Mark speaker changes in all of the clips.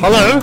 Speaker 1: Hello.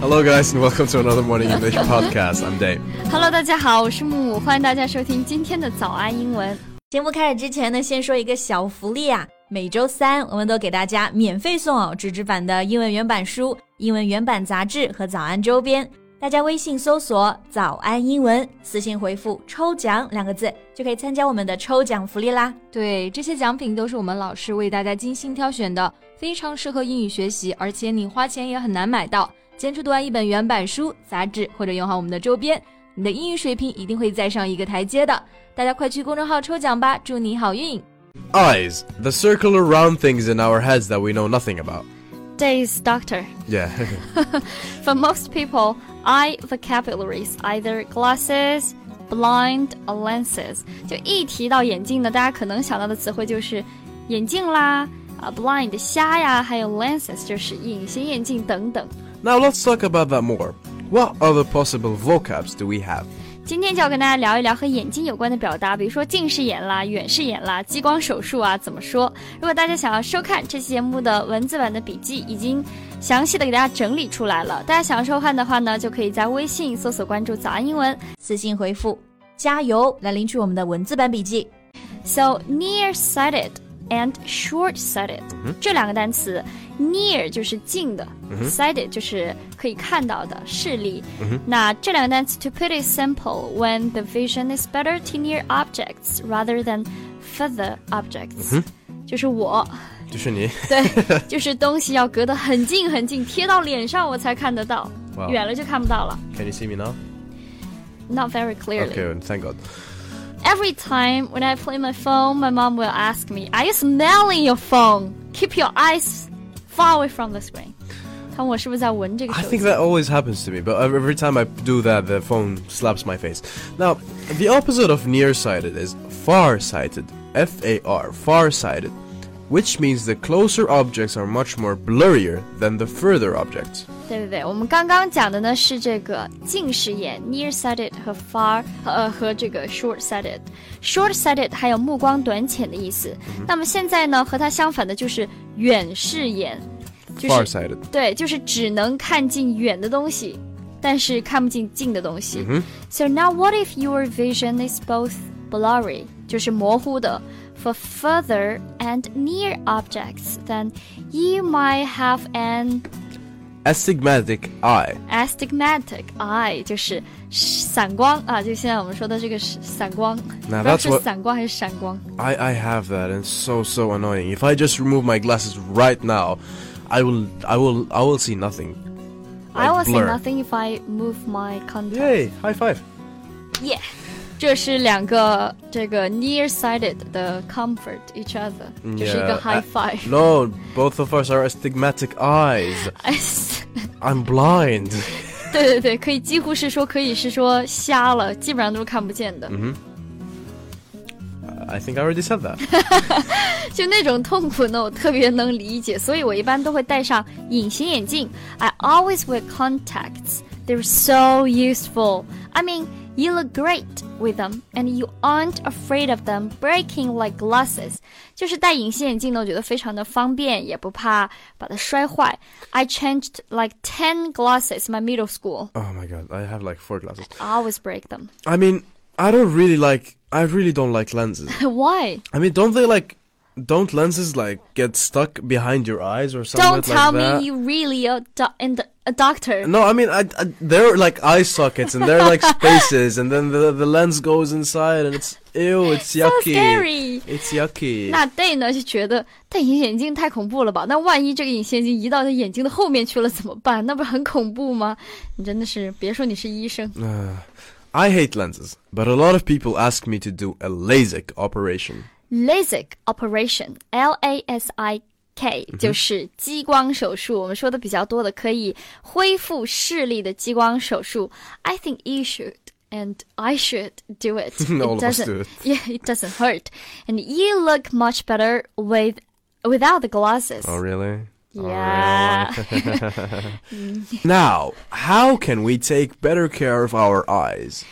Speaker 1: Hello, guys, and welcome to another Morning English podcast. I'm Dave.
Speaker 2: Hello，大家好，我是木木，欢迎大家收听今天的早安英文。
Speaker 3: 节目开始之前呢，先说一个小福利啊！每周三我们都给大家免费送哦纸质版的英文原版书、英文原版杂志和早安周边。大家微信搜索“早安英文”，私信回复“抽奖”两个字，就可以参加我们的抽奖福利啦！
Speaker 4: 对，这些奖品都是我们老师为大家精心挑选的，非常适合英语学习，而且你花钱也很难买到。坚持读完一本原版书、杂志，或者用好我们的周边，你的英语水平一定会再上一个台阶的。大家快去公众号抽奖吧，祝你好运！
Speaker 1: Eyes, the circular round things in our heads that we know nothing about.
Speaker 2: Days Doctor.
Speaker 1: Yeah.
Speaker 2: For most people, eye vocabularies either glasses, blind, or lenses. 就一提到眼镜呢，大家可能想到的词汇就是眼镜啦，啊，blind 瞎呀，还有 lenses 就是隐形眼镜等等。
Speaker 1: now let's talk about that more. What other possible vocabs do we have?
Speaker 2: 今天就要跟大家聊一聊和眼睛有关的表达，比如说近视眼啦、远视眼啦、激光手术啊，怎么说？如果大家想要收看这期节目的文字版的笔记，已经详细的给大家整理出来了。大家想要收看的话呢，就可以在微信搜索关注“早安英文
Speaker 3: 私信回复“加油”来领取我们的文字版笔记。”。
Speaker 2: So nearsighted and short-sighted、这两个单词，near 就是近的、s i g h t e d 就是可以看到的视力。那这两个单词，to put it simple，when the vision is better to near objects rather than further objects，、就是我，
Speaker 1: 就是你。
Speaker 2: 对，就是东西要隔得很近很近，贴到脸上我才看得到
Speaker 1: Wow.
Speaker 2: 远了就看不到了。
Speaker 1: Can you see me now?
Speaker 2: Not very clearly.
Speaker 1: Okay, thank God.
Speaker 2: Every time when I play my phone, my mom will ask me, "Are you smelling your phone? Keep your eyes far away from the screen." 看我是不是在闻这个
Speaker 1: I
Speaker 2: 手机
Speaker 1: think that always happens to me, but every time I do that, the phone slaps my face. Now, the opposite of nearsighted is farsighted. F A R, farsighted. Which means the closer objects are much more blurrier than the further objects.
Speaker 2: 对对对，我们刚刚讲的呢是这个近视眼 （nearsighted） 和 far 呃和这个 short-sighted。short-sighted 还有目光短浅的意思。
Speaker 1: 嗯
Speaker 2: 那么现在呢，和它相反的就是远视眼，就是
Speaker 1: Farsighted.
Speaker 2: 对，就是只能看近远的东西，但是看不进近的东西。So now, what if your vision is both blurry，就是模糊的，for further and near objects? Then you might have an
Speaker 1: Astigmatic eye.
Speaker 2: astigmatic eye，就是散光啊，就现在我们说的这个是散光，不
Speaker 1: 那
Speaker 2: 知道
Speaker 1: that's
Speaker 2: 是
Speaker 1: what-
Speaker 2: 散光还是闪光。
Speaker 1: I, I have that, and it's so so annoying. If I just remove my glasses right now, I will I will I will see nothing.
Speaker 2: I will
Speaker 1: Like
Speaker 2: see
Speaker 1: blur.
Speaker 2: nothing if I move my contact.
Speaker 1: Yay! High five.
Speaker 2: 这是两个这个 nearsighted 的 comfort each other，这是一个
Speaker 1: 嗯 Yeah, 啊
Speaker 2: high five。
Speaker 1: No, both of us are astigmatic eyes. I'm blind.
Speaker 2: 对对对，可以几乎是说可以是说瞎了，基本上都是看不见的，
Speaker 1: I think I already said that.
Speaker 2: 就那种痛苦呢，我特别能理解，所以我一般都会戴上隐形眼镜。I always wear contacts. They're so useful. I mean, you look great with them, and you aren't afraid of them breaking like glasses. 就是戴隐形眼镜呢，我觉得非常的方便，也不怕把它摔坏。I changed like ten glasses in my middle school.
Speaker 1: Oh my god, I have like four glasses.
Speaker 2: I always break them.
Speaker 1: I mean, I don't really like. I really don't like lenses.
Speaker 2: Why?
Speaker 1: I mean, don't they like? Don't lenses like get stuck behind your eyes or something?
Speaker 2: Don't tell
Speaker 1: like that?
Speaker 2: me you really a, do- and a doctor.
Speaker 1: No, I mean, I, I, they're like eye sockets and they're like spaces, and then the the lens goes inside, and it's ew, it's
Speaker 2: So
Speaker 1: yucky.
Speaker 2: scary.
Speaker 1: It's yucky.
Speaker 2: 那 Day 呢就觉得戴隐形眼镜太恐怖了吧？那万一这个隐形眼镜移到他眼睛的后面去了怎么办？那不是很恐怖吗？你真的是别说你是医生，
Speaker 1: I hate lenses, but a lot of people ask me to do a LASIK operation.
Speaker 2: LASIK operation L A S I K 就是激光手术，我们说的比较多的可以恢复视力的激光手术。I think you should and I should do it. It
Speaker 1: All of us
Speaker 2: doesn't-
Speaker 1: do it.
Speaker 2: Yeah, it doesn't hurt, and you look much better with without the glasses.
Speaker 1: Oh, really? Oh,
Speaker 2: Yeah.
Speaker 1: really? now, how can we take better care of our eyes?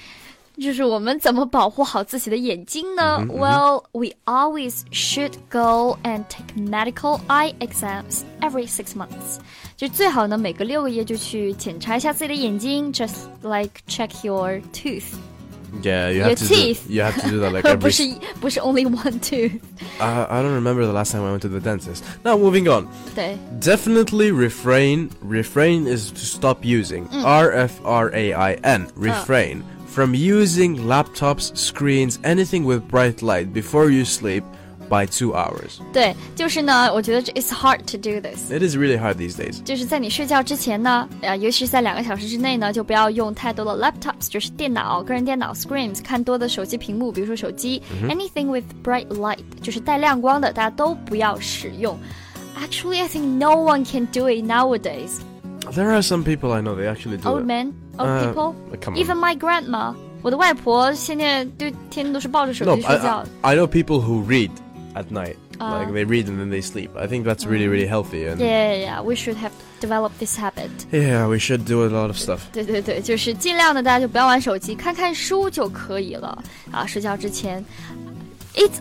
Speaker 2: 就是我们怎么保护好自己的眼睛呢、
Speaker 1: 嗯哼嗯哼
Speaker 2: w e l l we always should go and take medical eye exams every six months。就最好呢，每隔六个月就去检查一下自己的眼睛，just like check your tooth，
Speaker 1: Yeah, you
Speaker 2: Your
Speaker 1: have to do,
Speaker 2: teeth.
Speaker 1: you have to do that like
Speaker 2: 而
Speaker 1: every
Speaker 2: 不是不是 only one tooth。
Speaker 1: I, I don't remember the last time I went to the dentist. Now moving on.
Speaker 2: 对
Speaker 1: Definitely refrain. Refrain is to stop using.
Speaker 2: Mm.
Speaker 1: R F R A I N.
Speaker 2: Oh.
Speaker 1: Refrain from using laptops, screens, anything with bright light before you sleep by 2 hours.
Speaker 2: 对，就是呢，我觉得这 it's hard to do this。
Speaker 1: It is really hard these days.
Speaker 2: 就是在你睡觉之前呢，呃，尤其是在两个小时之内呢，就不要用太多的 laptops，就是电脑、个人电脑 screens，看多的手机屏幕，比如说手机、
Speaker 1: 嗯
Speaker 2: anything with bright light，就是带亮光的，大家都不要使用。Actually, I think no one can do it nowadays.
Speaker 1: There are some people I know they actually do
Speaker 2: Old
Speaker 1: it.
Speaker 2: men, old
Speaker 1: Uh,
Speaker 2: people,
Speaker 1: come on.
Speaker 2: even my grandma. 我的外婆现在就天天都是抱着手
Speaker 1: No, 哎啊
Speaker 2: 机
Speaker 1: I,
Speaker 2: 睡觉
Speaker 1: I,。I know people who read at night.
Speaker 2: Ah.
Speaker 1: like they read and then they sleep. I think that's really really healthy. And
Speaker 2: Yeah, yeah, we should have developed this habit.
Speaker 1: yeah, we should do a lot of stuff.
Speaker 2: 对对对，就是尽量的，大家就不要玩手机，看看书就可以了啊。睡觉之前，eat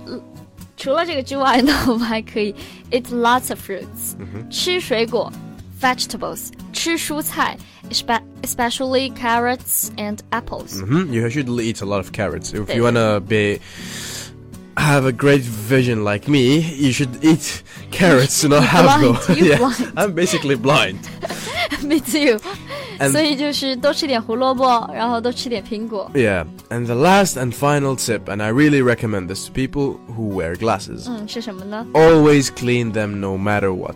Speaker 2: 除了这个之外呢， 我们还可以 eat lots of fruits，、吃水果，vegetables，吃蔬菜，espe-，especially carrots and apples、
Speaker 1: hmm You should eat a lot of carrots. If
Speaker 2: Yes.
Speaker 1: you wanna be have a great vision like me, you should eat carrots, not have
Speaker 2: blind,
Speaker 1: them.
Speaker 2: you
Speaker 1: yeah,
Speaker 2: blind.
Speaker 1: I'm basically blind.
Speaker 2: Me too。
Speaker 1: And-
Speaker 2: 所以就是多吃点胡萝卜，然后多吃点苹果。
Speaker 1: Yeah. And the last and final tip, and I really recommend this to people who wear glasses.
Speaker 2: 嗯，是什么呢？
Speaker 1: Always clean them no matter what.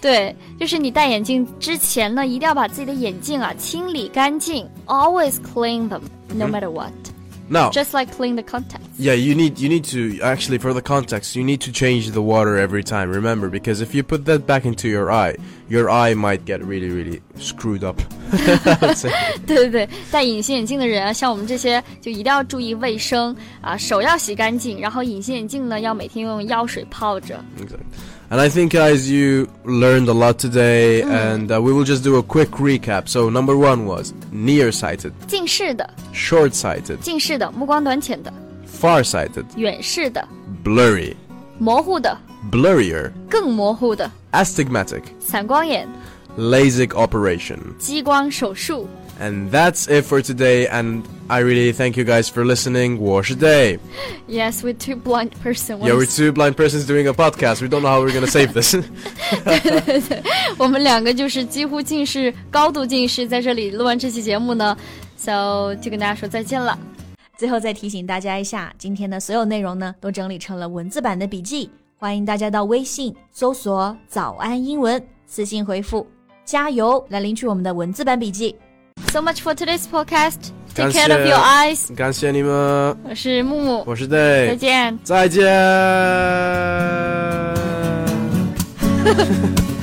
Speaker 2: 对，就是你戴眼镜之前呢，一定要把自己的眼镜啊清理干净，always clean them no matter what，、
Speaker 1: Now,
Speaker 2: just like clean the contacts。
Speaker 1: yeah, you need you need to actually for the contacts, you need to change the water every time. Remember, because if you put that back into your eye, your eye might get really really screwed up. I would say.
Speaker 2: 对对对，戴隐形眼镜的人啊，像我们这些就一定要注意卫生啊，手要洗干净，然后隐形眼镜呢要每天用药水泡着。
Speaker 1: Exactly. And I think, guys, you learned a lot today, and uh, we will just do a quick recap. So, number one was nearsighted,
Speaker 2: 近视的、
Speaker 1: short sighted,
Speaker 2: 近视的、目光短浅的、
Speaker 1: far sighted,
Speaker 2: 远视的、
Speaker 1: blurry,
Speaker 2: 模糊的、
Speaker 1: blurrier,
Speaker 2: 更模糊的、
Speaker 1: astigmatic,
Speaker 2: 散光眼、
Speaker 1: LASIK operation.
Speaker 2: 激光手术。
Speaker 1: And that's it for today, and I really thank you guys for listening. 我是Day.
Speaker 2: Yes, we're two blind person.
Speaker 1: Yeah, we're two blind persons doing a podcast. We don't know how we're gonna save this.
Speaker 2: 我们两个就是几乎近视、高度近视，在这里录完这期节目呢，so 就跟大家说再见了。
Speaker 3: 最后再提醒大家一下，今天的所有内容呢，都整理成了文字版的笔记，欢迎大家到微信搜索“早安英文”，私信回复“加油”来领取我们的文字版笔记。
Speaker 2: So much for today's podcast. Take
Speaker 1: 感谢
Speaker 2: care of your eyes.
Speaker 1: 感谢你们，我是Day。
Speaker 2: 我是木木，再见。
Speaker 1: 再见。